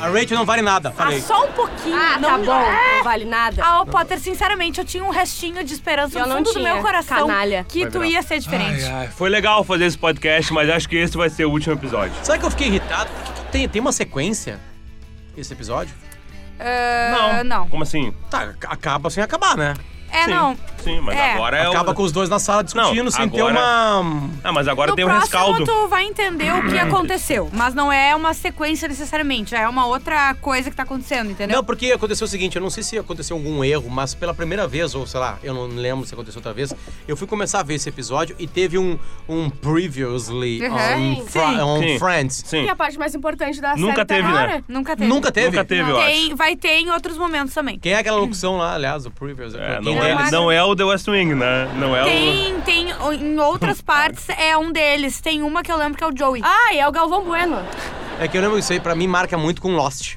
A Rachel não vale nada, Ah, falei. só um pouquinho. Ah, não... tá bom. É. Não vale nada. Ah, ô, Potter, sinceramente, eu tinha um restinho de esperança Eu no não fundo do tinha, meu coração canalha. que tu ia ser diferente. Ai, ai, foi legal fazer esse podcast, mas acho que esse vai ser o último episódio. Sabe que eu fiquei irritado? Porque tem, tem uma sequência esse episódio? Ah, não. Como assim? Tá, ac- acaba sem acabar, né? É, sim. não. Sim, mas É. agora é acaba o... com os dois na sala discutindo, Não, sem ter agora- uma. Ah, mas agora no tem o próximo rescaldo. Uhum. tu vai entender o que aconteceu. Mas não é uma sequência necessariamente, já é uma outra coisa que tá acontecendo, entendeu? Não, porque aconteceu o seguinte, eu não sei se aconteceu algum erro, mas pela primeira vez, ou sei lá, eu não lembro se aconteceu outra vez, eu fui começar a ver esse episódio e teve um, um previously Uhum. on, Sim. Fri- on Sim. Friends. Sim. Que é a parte mais importante da série Nunca até teve, né? agora. Nunca teve. Nunca teve? Nunca teve, eu acho. Tem, vai ter em outros momentos também. Quem é aquela locução lá, aliás, o previously? É, Quem não, é, deles? não é o The West Wing, né? Não é o... Tem, tem o- em outras partes, é um deles. Tem uma que eu lembro que é o Joey. Ah, e é o Galvão Bueno. É que eu lembro isso aí, pra mim marca muito com Lost.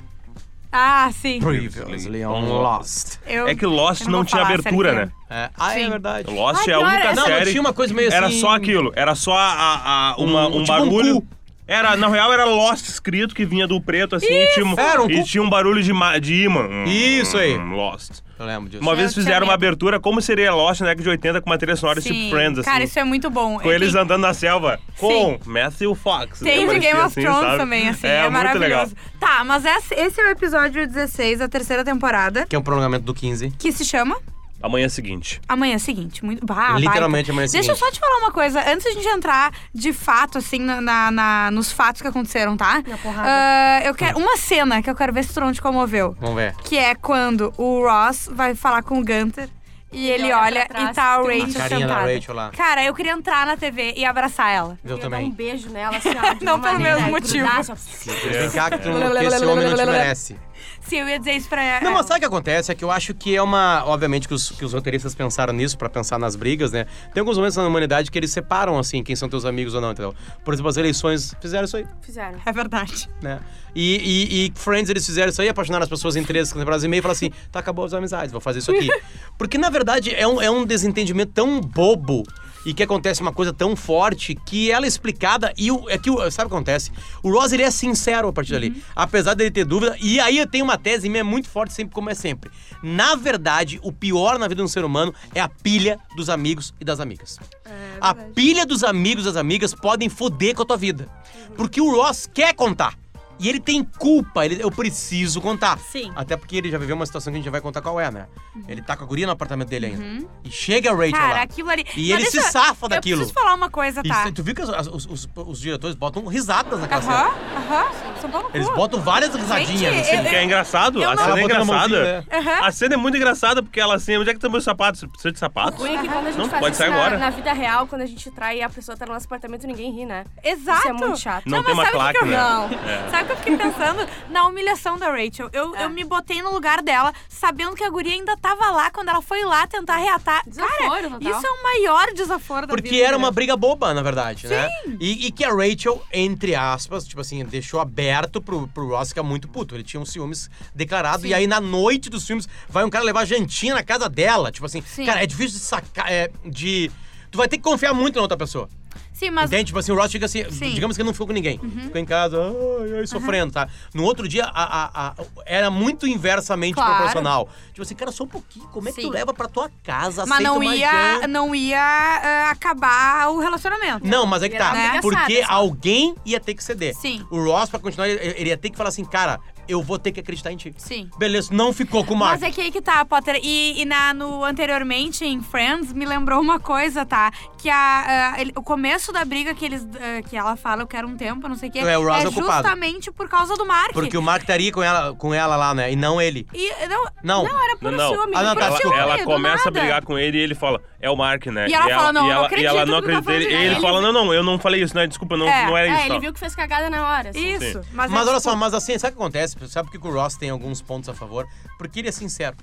Ah, sim. Previously on on Lost. Eu- É que Lost eu não, vou tinha falar a abertura, série né? É. Ah, é Sim. verdade. Lost Ah, é a pior, única é. Não, não, série... tinha uma coisa meio Era assim- só aquilo. Era só a, a- uma, Um- tipo um, um barulho... cu. era, na real, era Lost escrito, que vinha do preto, assim, e tinha, um- Era um e cu. tinha um barulho de, ma- de imã. Hum, Isso aí. hum, Lost. Eu lembro disso. Uma vez tinha fizeram uma medo. abertura, como seria Lost na década de 80, com uma trilha sonora Sim. tipo Friends, assim. Cara, isso é muito bom. Com É eles que andando na selva com Matthew Fox. Tem né? de Game of Parecia Thrones sabe? também, assim, É, é, muito maravilhoso. legal. Tá, mas esse, esse é o episódio 16 da terceira temporada, Que é um prolongamento do 15. que se chama Amanhã é seguinte. Amanhã Seguinte. Muito... Bah, Literalmente baita. Amanhã Deixa eu Seguinte. só te falar uma coisa, antes da gente entrar de fato, assim, na, na- na- nos fatos que aconteceram, tá? Na porrada. Ah, eu quero uma cena que eu quero ver se tu não te comoveu. Vamos ver. Que é quando o Ross vai falar com o Gunter e ele, Ele olha olha pra trás, e tá a tem uma Rachel carinha da sentada. Rachel tá. lá. Cara, eu queria entrar na TV e abraçar ela. Eu ia dar um também. beijo nela, assim, ó, de Não uma pelo maneira, mesmo aí, motivo. grudar, assim, ó. Vem cá que, tu não- que esse homem não te merece. Sim, eu ia dizer isso pra ela. Não, mas sabe o que acontece? É. É que eu acho que é uma. Obviamente que os, que os roteiristas pensaram nisso pra pensar nas brigas, né? Tem alguns momentos na humanidade que eles separam, assim, quem são teus amigos ou não, entendeu? Por exemplo, as eleições fizeram isso aí, Fizeram. É verdade. né? E, e- e Friends, eles fizeram isso aí, apaixonaram as pessoas em três temporadas e meio e falaram assim: tá, acabou as amizades, vou fazer isso aqui. Porque, na verdade, é um, é um desentendimento tão bobo. E que acontece uma coisa tão forte que ela é explicada e o, é que o, sabe o que acontece? O Ross ele é sincero a partir dali, apesar dele ter dúvida. E aí eu tenho uma tese minha muito forte sempre como é sempre. Na verdade, o pior na vida de um ser humano é a pilha dos amigos e das amigas. É a pilha dos amigos e das amigas podem foder com a tua vida. Uhum. Porque o Ross quer contar. E ele tem culpa, ele, eu preciso contar. Sim. Uhum. Até porque ele já viveu uma situação que a gente já vai contar qual é, né? Ele tá com a guria no apartamento dele ainda. E chega a Rachel Cara, lá. aquilo ali. E Mas ele se deixa- safa daquilo. é Eu preciso falar uma coisa, E tá? cê- tu viu que as- as- os, os- os diretores botam risadas naquela Aham, cena? aham. São Paulo no Eles cu. botam várias risadinhas. Gente, assim. eu- Porque é engraçado, Eu a não- cena é Ela botando a engraçada. mãozinha, né? Aham. A cena é muito engraçada porque ela assim, onde é que estão meus sapatos? Você Precisa de sapatos? Ruim é que quando a gente Não, faz pode isso sair na, agora. na vida real, quando a gente trai e a pessoa tá no nosso apartamento, ninguém ri, né? Exato. Isso é muito chato. Não tem mas uma sabe o que claque, que eu... né? É. Não. Sabe o que eu fiquei pensando? Na humilhação da Rachel. Eu, eu me botei no lugar dela, sabendo que a guria ainda tava lá quando ela foi lá tentar reatar. Cara, Desaforo total. isso é o maior desaforo da vida. né? Porque era uma entendeu? briga boba, na verdade, né? E, e que a Rachel, entre aspas, tipo assim, deixou aberto pro, pro Ross ficar muito puto. Ele tinha uns ciúmes declarado. E aí, na noite dos filmes, vai um cara levar jantinha na casa dela. Tipo assim, Sim. cara, é difícil de sacar. é, de. Tu vai ter que confiar muito na outra pessoa. Sim, mas Entende? Tipo assim, o Ross fica assim, Sim. Uhum. digamos que ele não ficou com ninguém. Ficou em casa, ai, ai, sofrendo, tá? No outro dia, a- a- a- era muito inversamente Claro. proporcional. Tipo assim, cara, só um pouquinho, como é que tu Sim. leva pra tua casa? mas aceita não uma ia, janta? não ia ah, acabar o relacionamento. Não, mas é que tá. Né? Porque Engraçado, alguém ia ter que ceder. Sim. O Ross, pra continuar, ele, ele ia ter que falar assim, cara, eu vou ter que acreditar em ti. Sim. Beleza, não ficou com o Mark. Mas é que aí que tá, Potter. E, e na, no anteriormente, em Friends, me lembrou uma coisa, tá? Que a, ah, ele- o começo da briga que eles. ah, que ela fala, eu quero um tempo, não sei o quê. É, o Ross é o culpado. justamente por causa do Mark. Porque o Mark estaria com ela, com ela lá, né? E não ele. E, não, Não. não, era por Não, não. ciúme. Ah, não, por tá, Ela, ciúme, ela do começa nada. a brigar com ele e ele fala, é o Mark, né? E ela fala, não, eu não e ela, e ela acredito não que tu tá acredita. Ele, falando de ele mim. fala, não, não, eu não falei isso, né? Desculpa, não, É, não era isso. tá." É, ele tal. viu que fez cagada na hora. assim. Isso, mas. Mas é, olha só, mas assim, sabe o que acontece? Sabe por que o Ross tem alguns pontos a favor? Porque ele é sincero.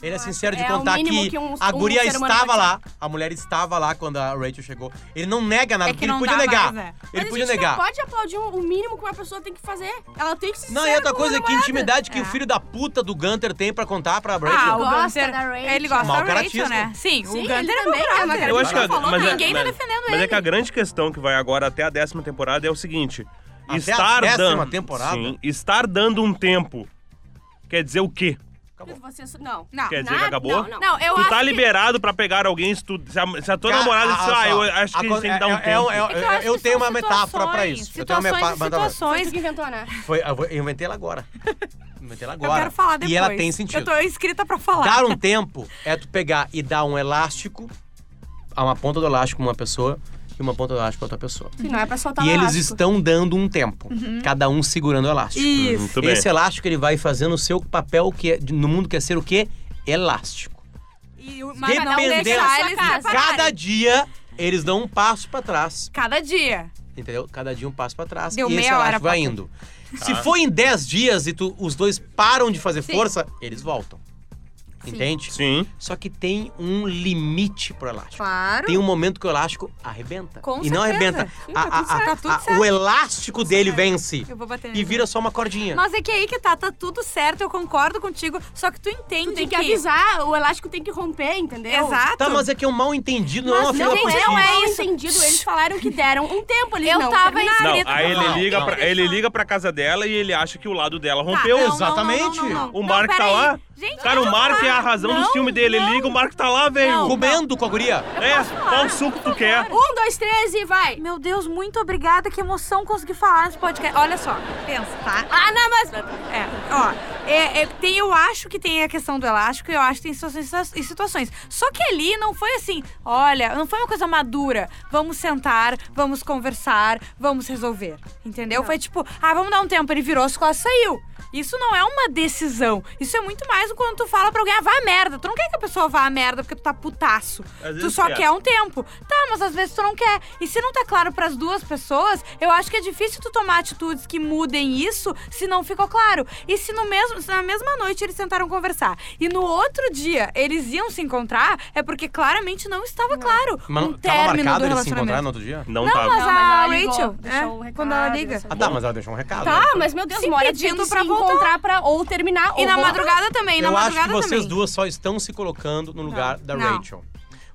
Ele é sincero de é o contar mínimo que, que um- a um guria ser humano estava pode lá, a mulher estava lá quando a Rachel chegou. Ele não nega nada, É que porque ele não podia dá negar. mais, né? Ele Mas podia a gente negar. Não pode aplaudir um, o o mínimo que uma pessoa tem que fazer. Ela tem que se Não, e outra coisa é que intimidade que o filho da puta do Gunter tem pra contar pra Ah, Rachel. o gosta Gunter. da Rachel. Ele gosta Mau da Rachel, caratismo. né? Sim, o Sim, Gunter ele é também é mau uma caráter. Eu Ele acho que- não falou mas é nada, ninguém tá defendendo mas ele. é que a grande questão que vai agora até a décima temporada é o seguinte: Até a estar décima dando. temporada? Sim, estar dando um tempo. Quer dizer o quê? Você su- Não. Não. Quer dizer, Nada- já acabou? Não, não. Não, eu tu acho tá que- liberado pra pegar alguém se, tu- se a, se a tua Cara, namorada ah, disser, ah, ah, eu só. acho que a gente Aco- tem que dar um é- é- tempo. é- É que eu- eu acho que tenho são uma metáfora pra situações, isso. Eu tenho uma Situações mepa- metáfora. e Foi tu situações. que inventou, né? Foi, eu vou- eu inventei ela agora. Inventei ela Eu agora. quero falar depois. E ela tem sentido. Eu tô inscrita pra falar. Dar um tempo é tu pegar e dar um elástico, a uma ponta do elástico pra uma pessoa e uma ponta do elástico pra outra pessoa. Sim, não é pra soltar e o eles elástico. estão dando um tempo, Uhum. cada um segurando o elástico. Isso. é Muito Hum, bem. Esse elástico ele vai fazendo o seu papel que é- de- no mundo quer ser o quê? Elástico. E o- mas não Dependendo- deixar eles Cada Cada separarem. dia eles dão um passo pra trás, Cada dia. entendeu? Cada dia um passo pra trás Deu e esse meia hora elástico pra vai tu. indo. Se for em 10 dias e tu, os dois param de fazer força, eles voltam. Entende? Sim. Só que tem um limite pro elástico. Claro. Tem um momento que o elástico arrebenta. Com e não certeza. arrebenta. Sim, A- tá tudo a- a- certo, tá tudo a- certo. o elástico dele vence Eu vou bater e nele. vira só uma cordinha. Mas é que aí que tá, tá tudo certo, eu concordo contigo, só que tu entende Tu tem que é? avisar, o elástico tem que romper, entendeu? Exato. Tá, mas é que é um mal entendido, não é uma Mas não, fila gente, positiva. não é isso. entendido. Eles falaram que deram um tempo, eles Eu não tava terminaram. Não, Querido, aí não, ele liga, não. pra, ele liga pra casa dela e ele acha que o lado dela Tá, rompeu. não, não, exatamente. não, não, não. O Não, Mark tá peraí. lá. Gente, Cara, o deixa eu Mark é falar. a razão do Não, filme dele. Ele não. liga, o Mark tá lá, velho. Não. Comendo com a guria. É, qual suco tu quer? Um, dois, três e vai. Meu Deus, muito obrigada, que emoção conseguir falar nesse podcast. Olha só, pensa, tá? Ah, não, mas... É, ó, é, é, tem, eu acho que tem a questão do elástico e eu acho que tem situações e situações. Só que ali não foi assim, olha, não foi uma coisa madura. Vamos sentar, vamos conversar, vamos resolver. Entendeu? Foi tipo, ah, vamos dar um tempo. Ele virou as costas e saiu. Isso não é uma decisão. Isso é muito mais do quando tu fala pra alguém, ah, vá a merda. Tu não quer que a pessoa vá a merda porque tu tá putaço. Às tu vezes é. só quer. quer um tempo. Tá, mas às vezes tu não quer. E se não tá claro pras duas pessoas, eu acho que é difícil tu tomar atitudes que mudem isso se não ficou claro. E se no mesmo, se na mesma noite eles tentaram conversar e no outro dia eles iam se encontrar, é porque claramente não estava claro Mas um não- tava término do marcado eles se encontraram relacionamento. no outro dia? Não, Não, tá. mas Não, mas a ela ligou, Rachel, deixou é, o recado, quando ela liga. deixou- Ah, tá, mas ela deixou um recado. né? Tá, mas meu Deus, Se uma hora pedindo tinha que se pra voltar. encontrar pra ou terminar E ou na voltar. madrugada também, na Eu acho madrugada que vocês também. duas só estão se colocando no lugar da Não. Rachel.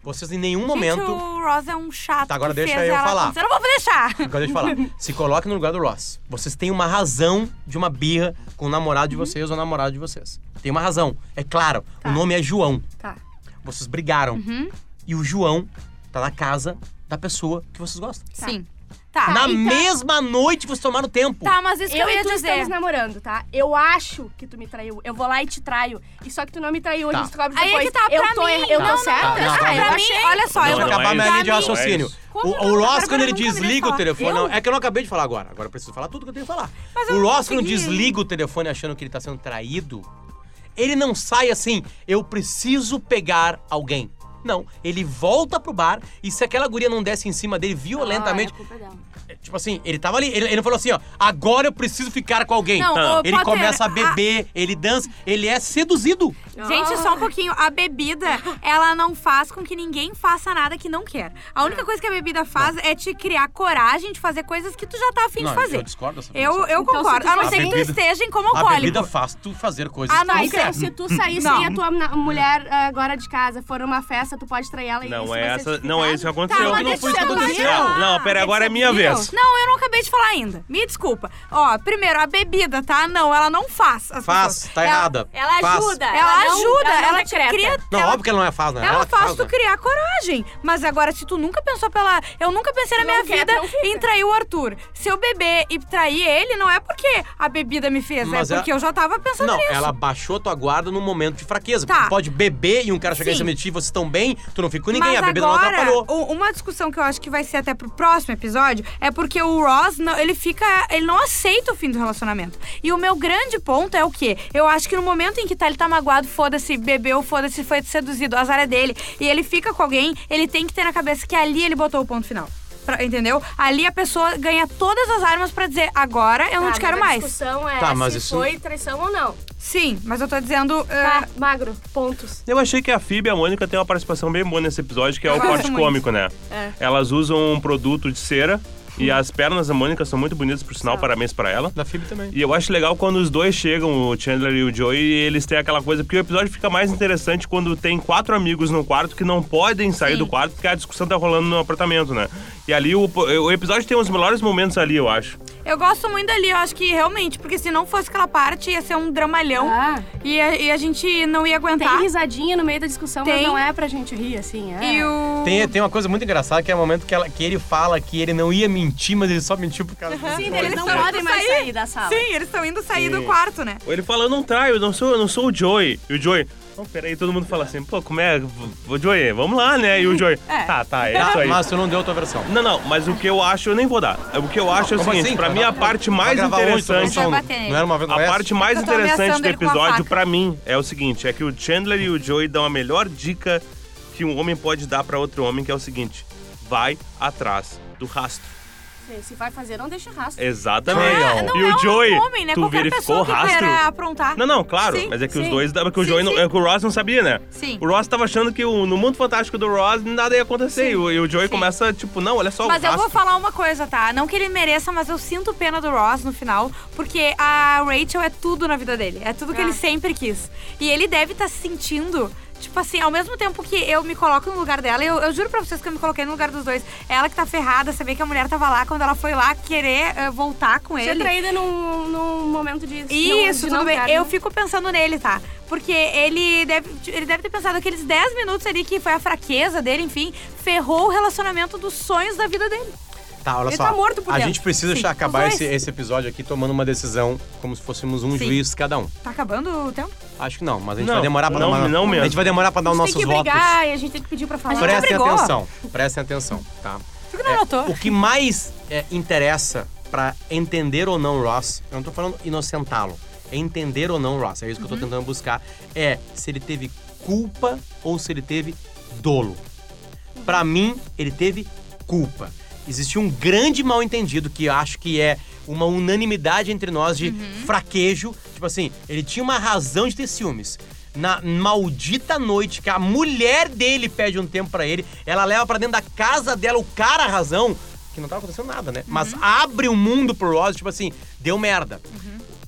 Vocês em nenhum Gente, momento. o Ross é um chato. Tá, agora que deixa fez eu ela falar. acontecer. Eu não vou deixar. Agora deixa eu falar. Se coloquem no lugar do Ross. Vocês têm uma razão de uma birra com o namorado Uhum. de vocês ou o namorado de vocês. Tem uma razão. É claro, o nome é João. Tá. Vocês brigaram. Uhum. E o João tá na casa da pessoa que vocês gostam. Sim. Tá. na então- mesma noite vocês tomaram tempo. Tá, mas isso que Eu eu e ia tu dizer. estamos namorando, tá? Eu acho que tu me traiu. Eu vou lá e te traio. E só que tu não me traiu, Tá. a gente descobre Aí é depois. que tá, eu pra tô mim- erra- Eu não, tô não, certa? não, não, Ah, pra eu pra mim, achei. olha só, eu Deixa não eu vou é acabar isso. minha linha de Pra mim- raciocínio. Como o o não? A Ross, Bárbara quando ele nunca me desliga o fala. telefone. Eu? Não, é que eu não acabei de falar agora. Agora eu preciso falar tudo que eu tenho que falar. Mas eu O não Ross, quando consegui. desliga o telefone achando que ele tá sendo traído, ele não sai assim, eu preciso pegar alguém. Não, ele volta pro bar e se aquela guria não desce em cima dele violentamente. Ah, é culpa dela. é, Tipo assim, ele tava ali, ele, ele não falou assim, ó, agora eu preciso ficar com alguém. Não, Ah. ô, ele Potter, começa a a- beber, ele dança, ele é seduzido. Gente, só um pouquinho. A bebida, ela não faz com que ninguém faça nada que não quer. A única coisa que a bebida faz é te criar coragem de fazer coisas que tu já tá afim Não, de eu- fazer. eu discordo dessa Eu, afirmação. eu Então, concordo. se tu a não for ser que tu bebida- esteja em coma A alcoólico. bebida faz tu fazer coisas Ah, que tu não, não Tá, isso quer. então se tu sair sem Não. a tua na- mulher ah, agora de casa, for numa festa, tu pode trair ela e isso Não vai é ser essa, justificado? não é isso que Tá, aconteceu. mas não deixa foi eu isso que falar. aconteceu. Não, pera, agora é minha Entendeu? vez. Não, eu não acabei de falar ainda. Me desculpa. Ó, primeiro, a bebida, tá? Não, ela não faz. as Faz, pessoas. tá Ela- errada. Ela Faz. ajuda. Ela, não- ajuda, ela, te não decreta. cria. Não, ela, óbvio que ela não é faz, né? ela que faz tu né? criar coragem. Mas agora, se tu nunca pensou pela. Eu nunca pensei na Não minha quer, um vida não fica. em trair o Arthur. Se eu beber e trair ele, não é porque a bebida me fez, Mas é ela- porque eu já tava pensando Não, nisso. ela baixou tua guarda num momento de fraqueza. Tá. Porque tu pode beber e um cara chegar em Sim. cima de ti, vocês estão bem, tu não fica com ninguém, Mas a bebida não agora, atrapalhou. u- Uma discussão que eu acho que vai ser até pro próximo episódio é porque o Ross, não- ele fica. Ele não aceita o fim do relacionamento. E o meu grande ponto é o quê? Eu acho que no momento em que tá, ele tá magoado, foda-se, bebeu, foda-se, foi seduzido, o azar é dele. E ele fica com alguém, ele tem que ter na cabeça que ali ele botou o ponto final. Pra- entendeu? Ali a pessoa ganha todas as armas pra dizer agora eu não Tá, te quero mas a mais. discussão é Tá, mas se isso- foi traição ou não. Sim, mas eu tô dizendo. uh, Tá, magro, pontos. Eu achei que a Phoebe e a Mônica têm uma participação bem boa nesse episódio, que é Eu o gosto corte muito. cômico, né? É. Elas usam um produto de cera E as pernas da Mônica são muito bonitas, por sinal, parabéns pra ela. Da Phoebe também. E eu acho legal quando os dois chegam, o Chandler e o Joey, e eles têm aquela coisa, porque o episódio fica mais interessante quando tem quatro amigos no quarto que não podem sair do quarto, porque a discussão tá rolando no apartamento, né? E ali o, o episódio tem os melhores momentos ali, eu acho. Eu gosto muito ali, eu acho que realmente, porque se não fosse aquela parte, ia ser um dramalhão. Ah. E, a, e a gente não ia Tem aguentar. risadinha no meio da discussão, Tem. mas não é pra gente rir, assim. É. E o. Tem, tem uma coisa muito engraçada que é o momento que, ela- que ele fala que ele não ia mentir, mas ele só mentiu por causa Uhum. disso. Sim, Foi. eles não Eles podem mais sair. sair da sala. Sim, eles estão indo sair do Sim. quarto, né? Ele fala, eu não traio, eu não sou, eu não sou o Joey. E o Joey, não, peraí, todo mundo fala assim, pô, como é? Ô, Joey, vamos lá, né? E o Joey, tá, tá, é isso aí. Mas tu não deu a tua versão. Não, não, mas o que eu acho, eu nem vou dar. O que eu acho é o como seguinte, assim? pra Vai mim a dar- parte vai mais gravar hoje, tu vai interessante... Vai bater bater nele. nele. Não era uma vez não A é essa? parte mais Eu tô ameaçando interessante do ele com a episódio, faca. pra mim, é o seguinte: é que o Chandler e o Joey dão a melhor dica que um homem pode dar pra outro homem, que é o seguinte: vai atrás do rastro. Sim, Se vai fazer, não deixa rastro. Exatamente. Ah, Não e é o Joey, um homem, né? tu Qualquer verificou pessoa o que né? rastro? queira aprontar. Não, não, claro, Ah, Sim, mas é que os sim. dois. Porque o Sim, Joey não, sim. é que o Ross não sabia, né? Sim. O Ross tava achando que o- no mundo fantástico do Ross nada ia acontecer. E o, e o Joey começa, tipo, não, olha só Mas o eu vou rastro. falar uma coisa, tá? Não que ele mereça, mas eu sinto pena do Ross no final, porque a Rachel é tudo na vida dele. É tudo que Ah. ele sempre quis. E ele deve estar se sentindo. Tipo assim, ao mesmo tempo que eu me coloco no lugar dela, eu, eu juro pra vocês que eu me coloquei no lugar dos dois. Ela que tá ferrada, saber que a mulher tava lá quando ela foi lá querer eh, voltar com Ser ele. traída num, num momento de. Isso, de né? tudo bem. naufrágio. Eu fico pensando nele, tá? Porque ele deve, ele deve ter pensado aqueles 10 minutos ali que foi a fraqueza dele, enfim, ferrou o relacionamento dos sonhos da vida dele. Tá, olha Ele só. tá morto por a dentro. gente precisa Sim, já acabar os esse, dois. esse episódio aqui tomando uma decisão como se fôssemos um Sim. juiz cada um. Tá acabando o tempo? Acho que não, mas a gente Não, vai demorar pra dar não- uma- não mesmo. A gente vai demorar pra dar os A nossos gente tem que votos. brigar e a gente tem que pedir pra falar. A gente já Prestem brigou. atenção, prestem atenção, tá? Tu que não É, notou. O que mais é, interessa pra entender ou não Ross, eu não tô falando inocentá-lo, é entender ou não Ross, é isso que eu tô tentando buscar, é se ele teve culpa ou se ele teve dolo. Pra mim, ele teve culpa. Existiu um grande mal-entendido que eu acho que é uma unanimidade entre nós de fraquejo. Tipo assim, ele tinha uma razão de ter ciúmes. Na maldita noite que a mulher dele pede um tempo pra ele, ela leva pra dentro da casa dela o cara a razão, que não tava acontecendo nada, né? Mas abre o mundo pro Ross, tipo assim, deu merda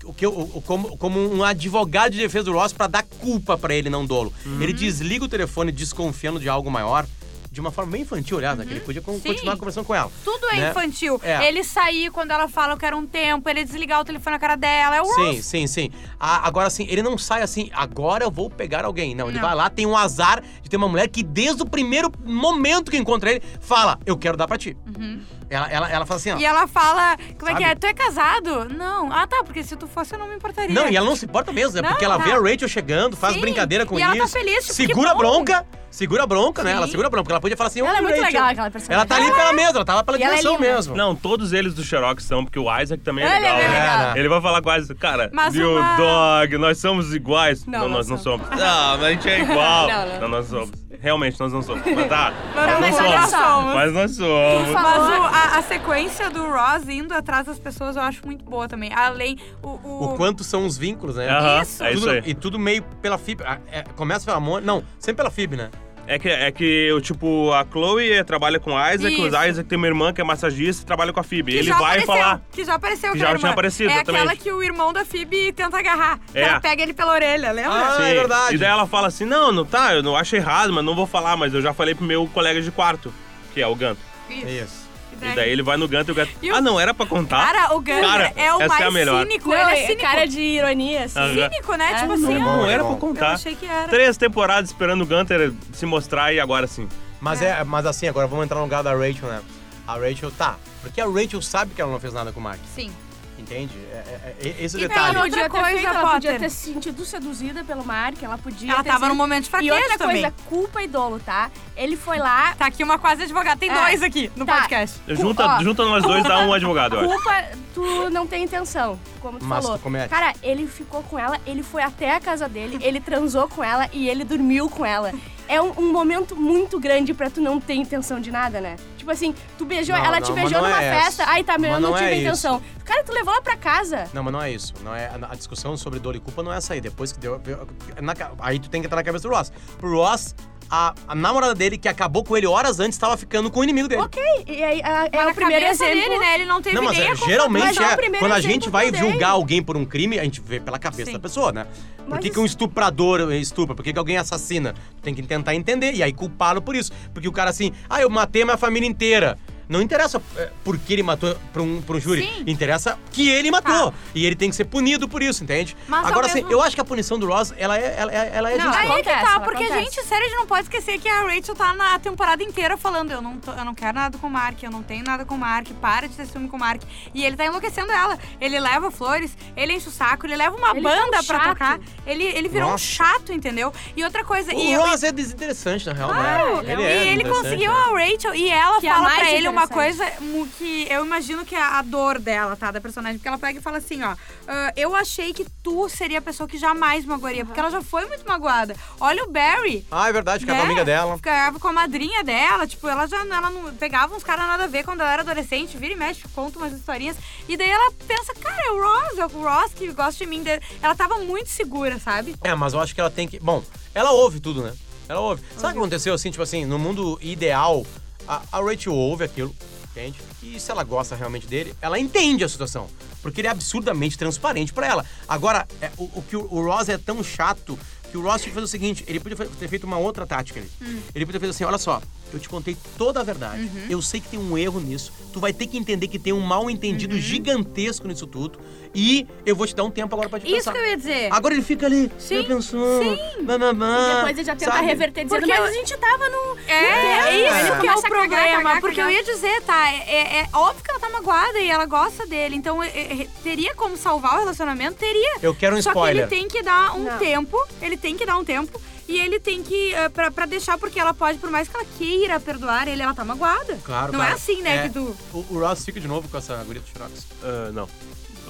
o que eu, o- como, como um advogado de defesa do Ross pra dar culpa pra ele, não dolo. Uhum. Ele desliga o telefone desconfiando de algo maior, de uma forma bem infantil, aliás, né? Que ele podia con- Uhum. Sim. continuar conversando com ela. Tudo é né? infantil. É. Ele sair quando ela fala eu quero um tempo, ele desligar o telefone na cara dela. É o Sim, Ross. sim, sim. A- agora sim, ele não sai assim, agora eu vou pegar alguém. Não, ele Não. vai lá, tem um azar de ter uma mulher que desde o primeiro momento que encontra ele, fala, eu quero dar pra ti. Uhum. Ela, ela, ela fala assim, ó. E ela fala, como é que Sabe? é? Tu é casado? Não. Ah, tá, porque se tu fosse eu não me importaria. Não, e ela não se importa mesmo, é Não, porque ela tá. vê a Rachel chegando, faz Sim, brincadeira com e isso. ela tá feliz, tipo, que segura a bom. bronca, segura a bronca, né? Sim. Ela segura a bronca, porque ela podia falar assim, Ela é "Ô, muito Rachel." legal, aquela personagem. Ela tá ali pela mesa, ela tava pela E ela é diversão linda. mesmo. Não, todos eles do Xerox são, porque o Isaac também é Ele é legal. bem né? legal. Ele vai falar quase, cara, Mas meu uma- dog, nós somos iguais. Não, nós nós não somos. Ah, mas a gente é igual. Não, não. nós somos. Realmente, nós não somos. Mas tá. Não, nós mas não nós somos. somos. Mas nós somos. Mas o- a, a sequência do Ross indo atrás das pessoas eu acho muito boa também. Além, o... o- O quanto são os vínculos, né? Aham, Isso. é isso Tudo- aí. E tudo meio pela FIB. Ah, é, começa pela Mônica. Não, sempre pela FIB, né? É que, é que, eu, tipo, a Chloe trabalha com o Isaac, o Isso. Isaac tem uma irmã que é massagista e trabalha com a Phoebe. que Ele já vai apareceu, falar. Que já apareceu Que aquela já tinha irmã. aparecido, É aquela exatamente. que o irmão da Phoebe tenta agarrar. Que É. ela pega ele pela orelha, Ah, lembra? é verdade. Assim, E daí ela fala assim: não, não tá, eu não acho errado, mas não vou falar, mas eu já falei pro meu colega de quarto, que é o Ganto. Isso. Isso. E E daí- daí ele vai no Ganto e o Ganto. É. E o- Ah, não, era pra contar. Cara, o Gunther Cara, é o essa mais é a melhor. cínico. Não, ele é é cínico. cara de ironia, assim. Ah, Cínico, né? É, tipo não assim, é ah, Não, é era bom. pra eu contar. achei que era. Tá. Três temporadas esperando o Gunter se mostrar e agora sim. Mas, é. mas assim, agora vamos entrar no lugar da Rachel, né? A Rachel tá. Porque a Rachel sabe que ela não fez nada com o Mark. Sim. Entende? É, é- é- esse é o E detalhe. pela Ela Outra podia ter coisa, feito, ela podia Potter. ter se sentido seduzida pelo Mark, ela podia Ela ter tava sido- num momento de E fraqueza outra também. coisa, culpa e dolo, tá? Ele foi lá, Tá aqui uma quase advogada. Tem É. dois aqui no Tá. podcast. Cu- Junta, ó. junta nós dois, dá um advogado, olha. culpa, tu não tem intenção, como tu Mas é? falou. tu comete. Cara, ele ficou com ela, ele foi até a casa dele, ele transou com ela e ele dormiu com ela. É um, um momento muito grande pra tu não ter intenção de nada, né? Tipo assim, tu beijou, Não, ela não, te mas beijou não é numa essa. festa, ai tá, meu, Mas eu não, não é tive isso. intenção. Cara, tu levou ela pra casa. Não, mas não é isso. Não é, a discussão sobre dor e culpa não é essa aí. Depois que deu. deu- na ca- aí tu tem que entrar na cabeça do Ross. Pro Ross, a, a namorada dele, que acabou com ele horas antes, estava ficando com o inimigo dele. Ok, e aí a- Mas é na o primeiro cabeça exemplo. dele, né? Ele não teve Não, mas nem é, a geralmente mas é o é. primeiro Quando a exemplo gente que vai eu dei. julgar alguém por um crime, a gente vê pela cabeça Sim. da pessoa, né? Por Mas que, que isso- um estuprador estupra? Por que, que alguém assassina? Tu tem que tentar entender e aí culpá-lo por isso. Porque o cara assim, ah, eu matei a minha família inteira. Não interessa é, por que ele matou pra um, pra um júri. Sim. Tá. Interessa que ele matou. E ele tem que ser punido por isso, entende? Mas ao Agora sim, mesmo- eu acho que a punição do Ross, ela é, ela é, ela é Não, justa. Aí que Acontece, tá, porque a acontece. gente, sério, a gente não pode esquecer que a Rachel tá na temporada inteira falando: eu não, tô- eu não quero nada com o Mark, eu não tenho nada com o Mark, para de ter ciúme com o Mark. E ele tá enlouquecendo ela. Ele leva flores, ele enche o saco, ele leva uma Ele tá um banda pra chato. tocar. Ele, ele virou um Nossa. chato, entendeu? E outra coisa, O e eu. Ross é desinteressante, na real, Claro, né? e ele desinteressante, conseguiu né? a Rachel e ela Que é a fala mais pra ele uma coisa interessante. mu- que eu imagino que é a dor dela, tá? Da personagem. Porque ela pega e fala assim, ó. "Ah, eu achei que tu seria a pessoa que jamais magoaria, porque ela já foi muito magoada. Olha o Barry. Ah, é verdade, ficar com a né? amiga dela. Ficava com a madrinha dela, tipo, ela já ela não pegava uns caras nada a ver quando ela era adolescente, vira e mexe, conta umas historinhas. E daí ela pensa, cara, é o Ross, é o Ross que gosta de mim. Daí Ela tava muito segura, sabe? É, mas eu acho que ela tem que. Bom, ela ouve tudo, né? Ela ouve. Sabe o que aconteceu assim, tipo assim, no mundo ideal, a, a Rachel ouve aquilo, entende? E se ela gosta realmente dele, ela entende a situação. Porque ele é absurdamente transparente pra ela. Agora, é, o, o que o, o Ross é tão chato que o Ross tinha que fazer o seguinte: ele podia fe- ter feito uma outra tática ali. Ele podia ter feito assim: olha só, eu te contei toda a verdade. Eu sei que tem um erro nisso. Tu vai ter que entender que tem um mal entendido gigantesco nisso tudo. E eu vou te dar um tempo agora pra te Isso pensar. que eu ia dizer. Agora ele fica ali, Sim, sim, pensando, sim. sim. É. Ah, E depois ele já tenta reverter dizendo, Porque mas eu- a gente tava no... É, Entendeu? é isso Ele que é o começa a cagar, problema. cagar, porque cagar. eu ia dizer, tá, é, é- é óbvio que ela tá magoada e ela gosta dele. Então, é- é- teria como salvar o relacionamento? Teria. Eu quero um Só spoiler. que ele tem que dar um Não. tempo, ele tem que dar um tempo. E ele tem que, eh, pra, pra deixar, porque ela pode, por mais que ela queira perdoar ele, ela tá magoada. Claro, Não claro. é assim, né, É. que tu... O, o Ross fica de novo com essa guria do Xerox. Ah, não. Acho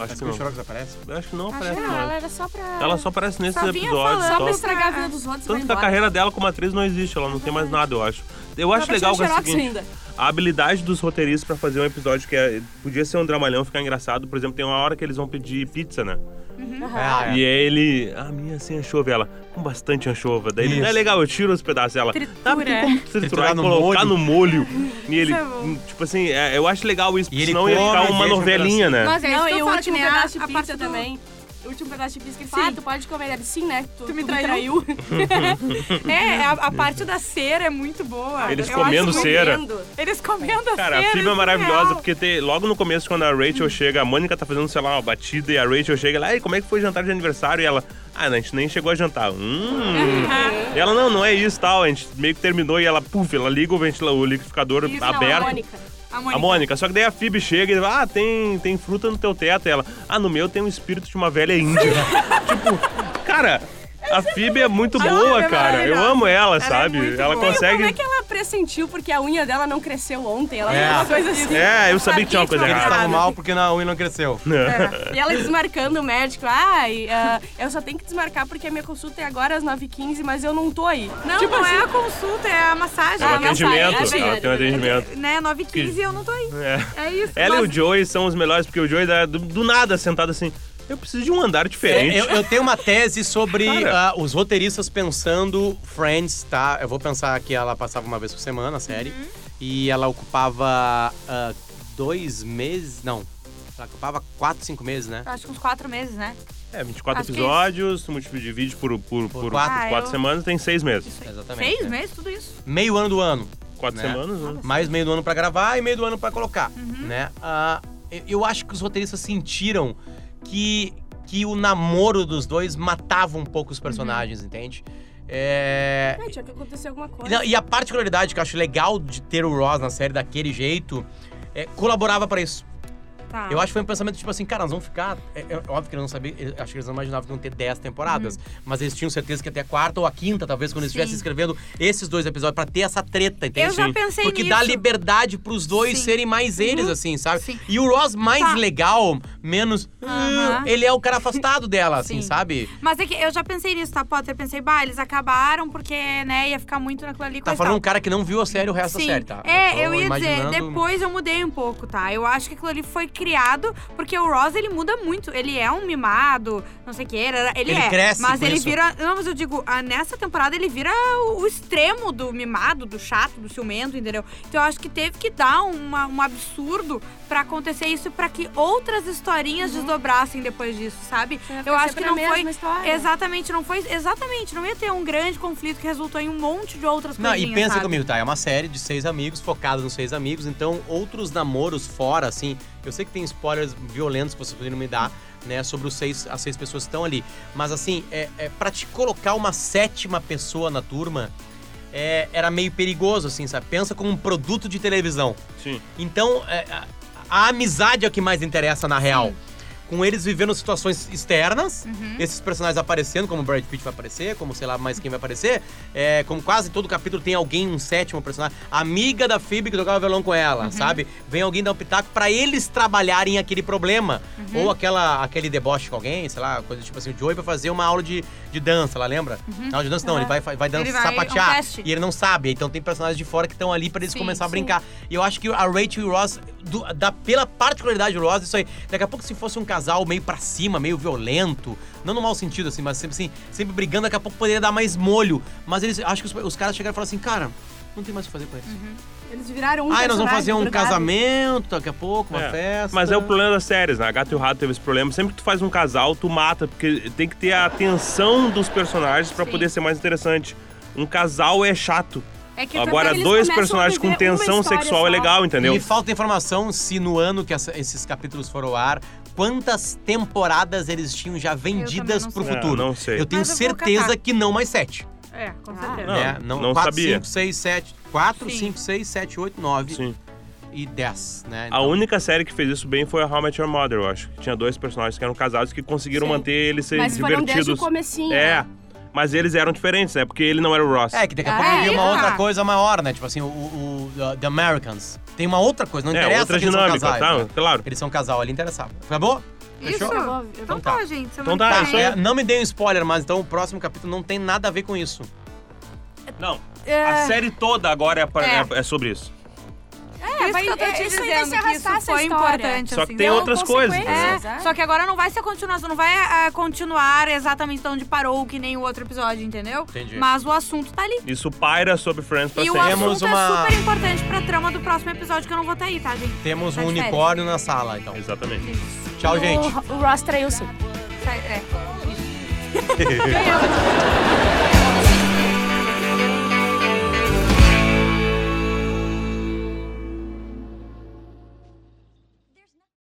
Acho que que o não. Xerox aparece. Acho que não Acho aparece. que é. não. Não, ela era só pra... Ela só aparece nesses Só vinha episódios. falando só. é. Pra estragar a vida dos outros e vai Tanto que a embora. carreira dela como atriz não existe, ela não tem mais nada, eu acho. Eu acho vai legal que tirar é o xerox seguinte, ainda. a habilidade dos roteiristas pra fazer um episódio que é- podia ser um dramalhão, ficar engraçado. Por exemplo, tem uma hora que eles vão pedir pizza, né? Ah, E aí ele, a minha sem anchova, e ela, com bastante anchova. Daí ele, Isso. é legal, eu tiro os pedaços dela. Tá, Tritura. tem como triturar Triturar e no colocar molho. no molho. E ele, Isso é bom. tipo assim, é, eu acho legal isso, E porque ele senão ia come, ficar uma deixa um novelinha, né? Mas é isso Não, que eu e o falo, que último nem a- pedaço a de parte pizza do- também. O último pedaço de pizza que ele Sim. fala, ah, tu pode comer ele. Sim, né? Tu, me tu traiu. Me traiu. É, a, a parte da cera é muito boa. Eles Eu comendo acho muito- cera. Comendo. Eles comendo a Cara, cera. a Phoebe é surreal. maravilhosa, porque tem- logo no começo, quando a Rachel chega, a Mônica tá fazendo, sei lá, uma batida e a Rachel chega lá, e como é que foi o jantar de aniversário? E ela, ah, não, a gente nem chegou a jantar. Hum. e ela, não, não é isso tal. A gente meio que terminou e ela, puf, ela liga o, ventila- o liquidificador Isso, não, a Tá aberto. Mônica. A A Mônica, só que daí a Phoebe chega e fala, ah, tem, tem fruta no teu teto. E ela, ah, no meu tem um espírito de uma velha índia. tipo, cara, a Phoebe é muito Ela boa, é cara. Eu maravilhosa. amo ela, é sabe? muito Ela boa. consegue. Como é que ela pressentiu porque a unha dela não cresceu ontem? Ela É. fez uma coisa assim. É, eu sabia que tinha uma coisa Eles errada. É. estavam mal porque na unha não cresceu. E ela desmarcando o médico. Ai, ah, eu só tenho que desmarcar porque a minha consulta é agora às 9h15, mas eu não tô aí. Não, tipo não assim, é a consulta, é a massagem. É um Ah, mas aí, atendimento, é ela tem um verdade. atendimento. Né, 9 h 15 eu não tô aí. É. É isso. Ela mas- e o Joey são os melhores, porque o Joey dá do, do nada sentado assim. Eu preciso de um andar É, diferente. eu, eu tenho uma tese sobre Cara. ah, os roteiristas pensando Friends, tá? Eu vou pensar que ela passava uma vez por semana a série. E ela ocupava ah, dois meses. Não. Ela ocupava quatro, cinco meses, né? Acho que uns 4 meses, né? É, 24 Acho que episódios, múltiplo de vídeo por, por, por, por quatro. quatro, Ah, eu- semanas, tem seis meses. Exatamente. 6 é. né? meses, tudo isso. Meio ano do ano. Quatro Né? semanas, né? mais meio do ano pra gravar e meio do ano pra colocar, Uhum. né? Ah, eu- eu acho que os roteiristas sentiram que, que o namoro dos dois matava um pouco Uhum. os personagens, entende? É, Ai, tinha que acontecer alguma coisa. não, e a particularidade que eu acho legal de ter o Ross na série daquele jeito é, colaborava pra isso. Tá. Eu acho que foi um pensamento tipo assim, cara, nós vamos ficar. É, é óbvio que eles não sabiam, eu acho que eles não imaginavam que iam ter 10 temporadas, mas eles tinham certeza que até a quarta ou a quinta, talvez, quando eles Uhum. estivessem Sim. escrevendo esses dois episódios, pra ter essa treta, entende? Eu já pensei Porque nisso. dá liberdade pros dois Sim. Uhum. serem mais eles, assim, sabe? Sim. E o Ross mais Tá. legal, menos. "Ah", Aham. Ele é o cara afastado dela, assim, Sim. sabe? Mas é que eu já pensei nisso, tá, Potter? Pensei, bah, eles acabaram porque, né, ia ficar muito naquilo ali. Tá coisa e falando tal. um cara que não viu a série o resto Sim. da série, tá? É, tô eu ia dizer, imaginando- depois eu mudei um pouco, tá? Eu acho que aquilo ali foi criado, porque o Ross, ele muda muito. Ele é um mimado, não sei o que, ele, Ele é. cresce mas com ele isso. vira. Não, mas eu digo, ah, nessa temporada ele vira o, o extremo do mimado, do chato, do ciumento, entendeu? Então eu acho que teve que dar uma- um absurdo pra acontecer isso, pra que outras historinhas desdobrassem depois disso, sabe? Eu acho que não foi. Ah, é. Exatamente, não foi. Exatamente, não ia ter um grande conflito que resultou em um monte de outras Não, coisinhas. e pensa sabe? comigo, tá? É uma série de seis amigos, focada nos seis amigos, então outros namoros fora, assim. Eu sei que tem spoilers violentos que vocês poderiam me dar, né? Sobre os seis, as seis pessoas que estão ali. Mas assim, é, é, pra te colocar uma sétima pessoa na turma, é, era meio perigoso, assim, sabe? Pensa como um produto de televisão. Sim. Então, é, a, a amizade é o que mais interessa na real. Com eles vivendo situações externas, Uhum. esses personagens aparecendo, como o Brad Pitt vai aparecer, como sei lá mais quem vai aparecer, é, como quase todo capítulo tem alguém, um sétimo personagem, amiga da Phoebe que tocava violão com Uhum. ela, sabe? Vem alguém dar um pitaco pra eles trabalharem aquele problema. Uhum. Ou aquela, aquele deboche com alguém, sei lá, coisa tipo assim, o Joey vai fazer uma aula de, de dança, lá lembra? Aula de dança não, ele vai, vai dançar, Uhum. Ele vai- sapatear. um teste. E ele não sabe. Então tem personagens de fora que estão ali pra eles Sim, começarem a sim. brincar. E eu acho que a Rachel e o Ross, do- da, pela particularidade do Ross, isso aí. Daqui a pouco, se fosse um casal meio pra cima, meio violento, não no mau sentido, assim, mas sempre, assim, sempre brigando, daqui a pouco poderia dar mais molho. Mas eles acho que os, os caras chegaram e falaram assim, cara. Não tem mais o que fazer com isso. Eles viraram Uhum. um ah, nós vamos personagem fazer um drogado. casamento daqui a pouco, uma É. festa. Mas é o problema das séries, né? A Gato e o Rato teve esse problema. Sempre que tu faz um casal, tu mata, porque tem que ter a atenção dos personagens pra Sim. poder ser mais interessante. Um casal é chato. É que Agora, eles dois começam a personagens viver com uma tensão história sexual é só. legal, entendeu? Me falta informação se no ano que essa- esses capítulos foram ao ar, quantas temporadas eles tinham já vendidas não pro sei. futuro. Não, não sei. Eu tenho Mas eu vou certeza catar. que não mais sete. É, com Ah. certeza. Não, né? não 4, sabia. 5, 6, 7. 4, Sim. 5, 6, 7, 8, 9 Sim. e 10, né? A única série que fez isso bem foi a How I Met Your Mother, eu acho. que Tinha dois personagens que eram casados que conseguiram Sim. manter eles serem Mas foram desde o divertidos. comecinho. é, né? mas eles eram diferentes, né? Porque ele não era o Ross. É, que daqui a Ah, pouco é, vem uma tá. outra coisa maior, né? Tipo assim, o, o- o- The Americans. Tem uma outra coisa, não É, interessa outra que eles são dinâmica, casais. tá? né? Claro. Eles são casal ali, interessava. Acabou? Isso. Fechou? Eu vou- eu vou- Então tá. tá, gente. Então tá, semana que isso vem. É, não me dê um spoiler, mas então o próximo capítulo não tem nada a ver com isso. Não, a É, série toda agora é, pra- É. é- é sobre isso. É, vai- vai, eu tô é, te isso ainda dizendo se que isso arrastar essa foi história. importante. Só que assim, tem né? Deu outras coisas. consequência. né? É, Exato. só que agora não vai ser continuação, não vai ah, continuar exatamente de onde parou, que nem o outro episódio, entendeu? Entendi. Mas o assunto tá ali. Isso paira sobre Friends pra E o sempre. Temos assunto uma- é super importante pra trama do próximo episódio, que eu não vou estar aí, tá, gente? Temos Tá um de férias. unicórnio na sala, então. Exatamente. Tchau, gente. é. O, o Ross traiu sim. Sai- É.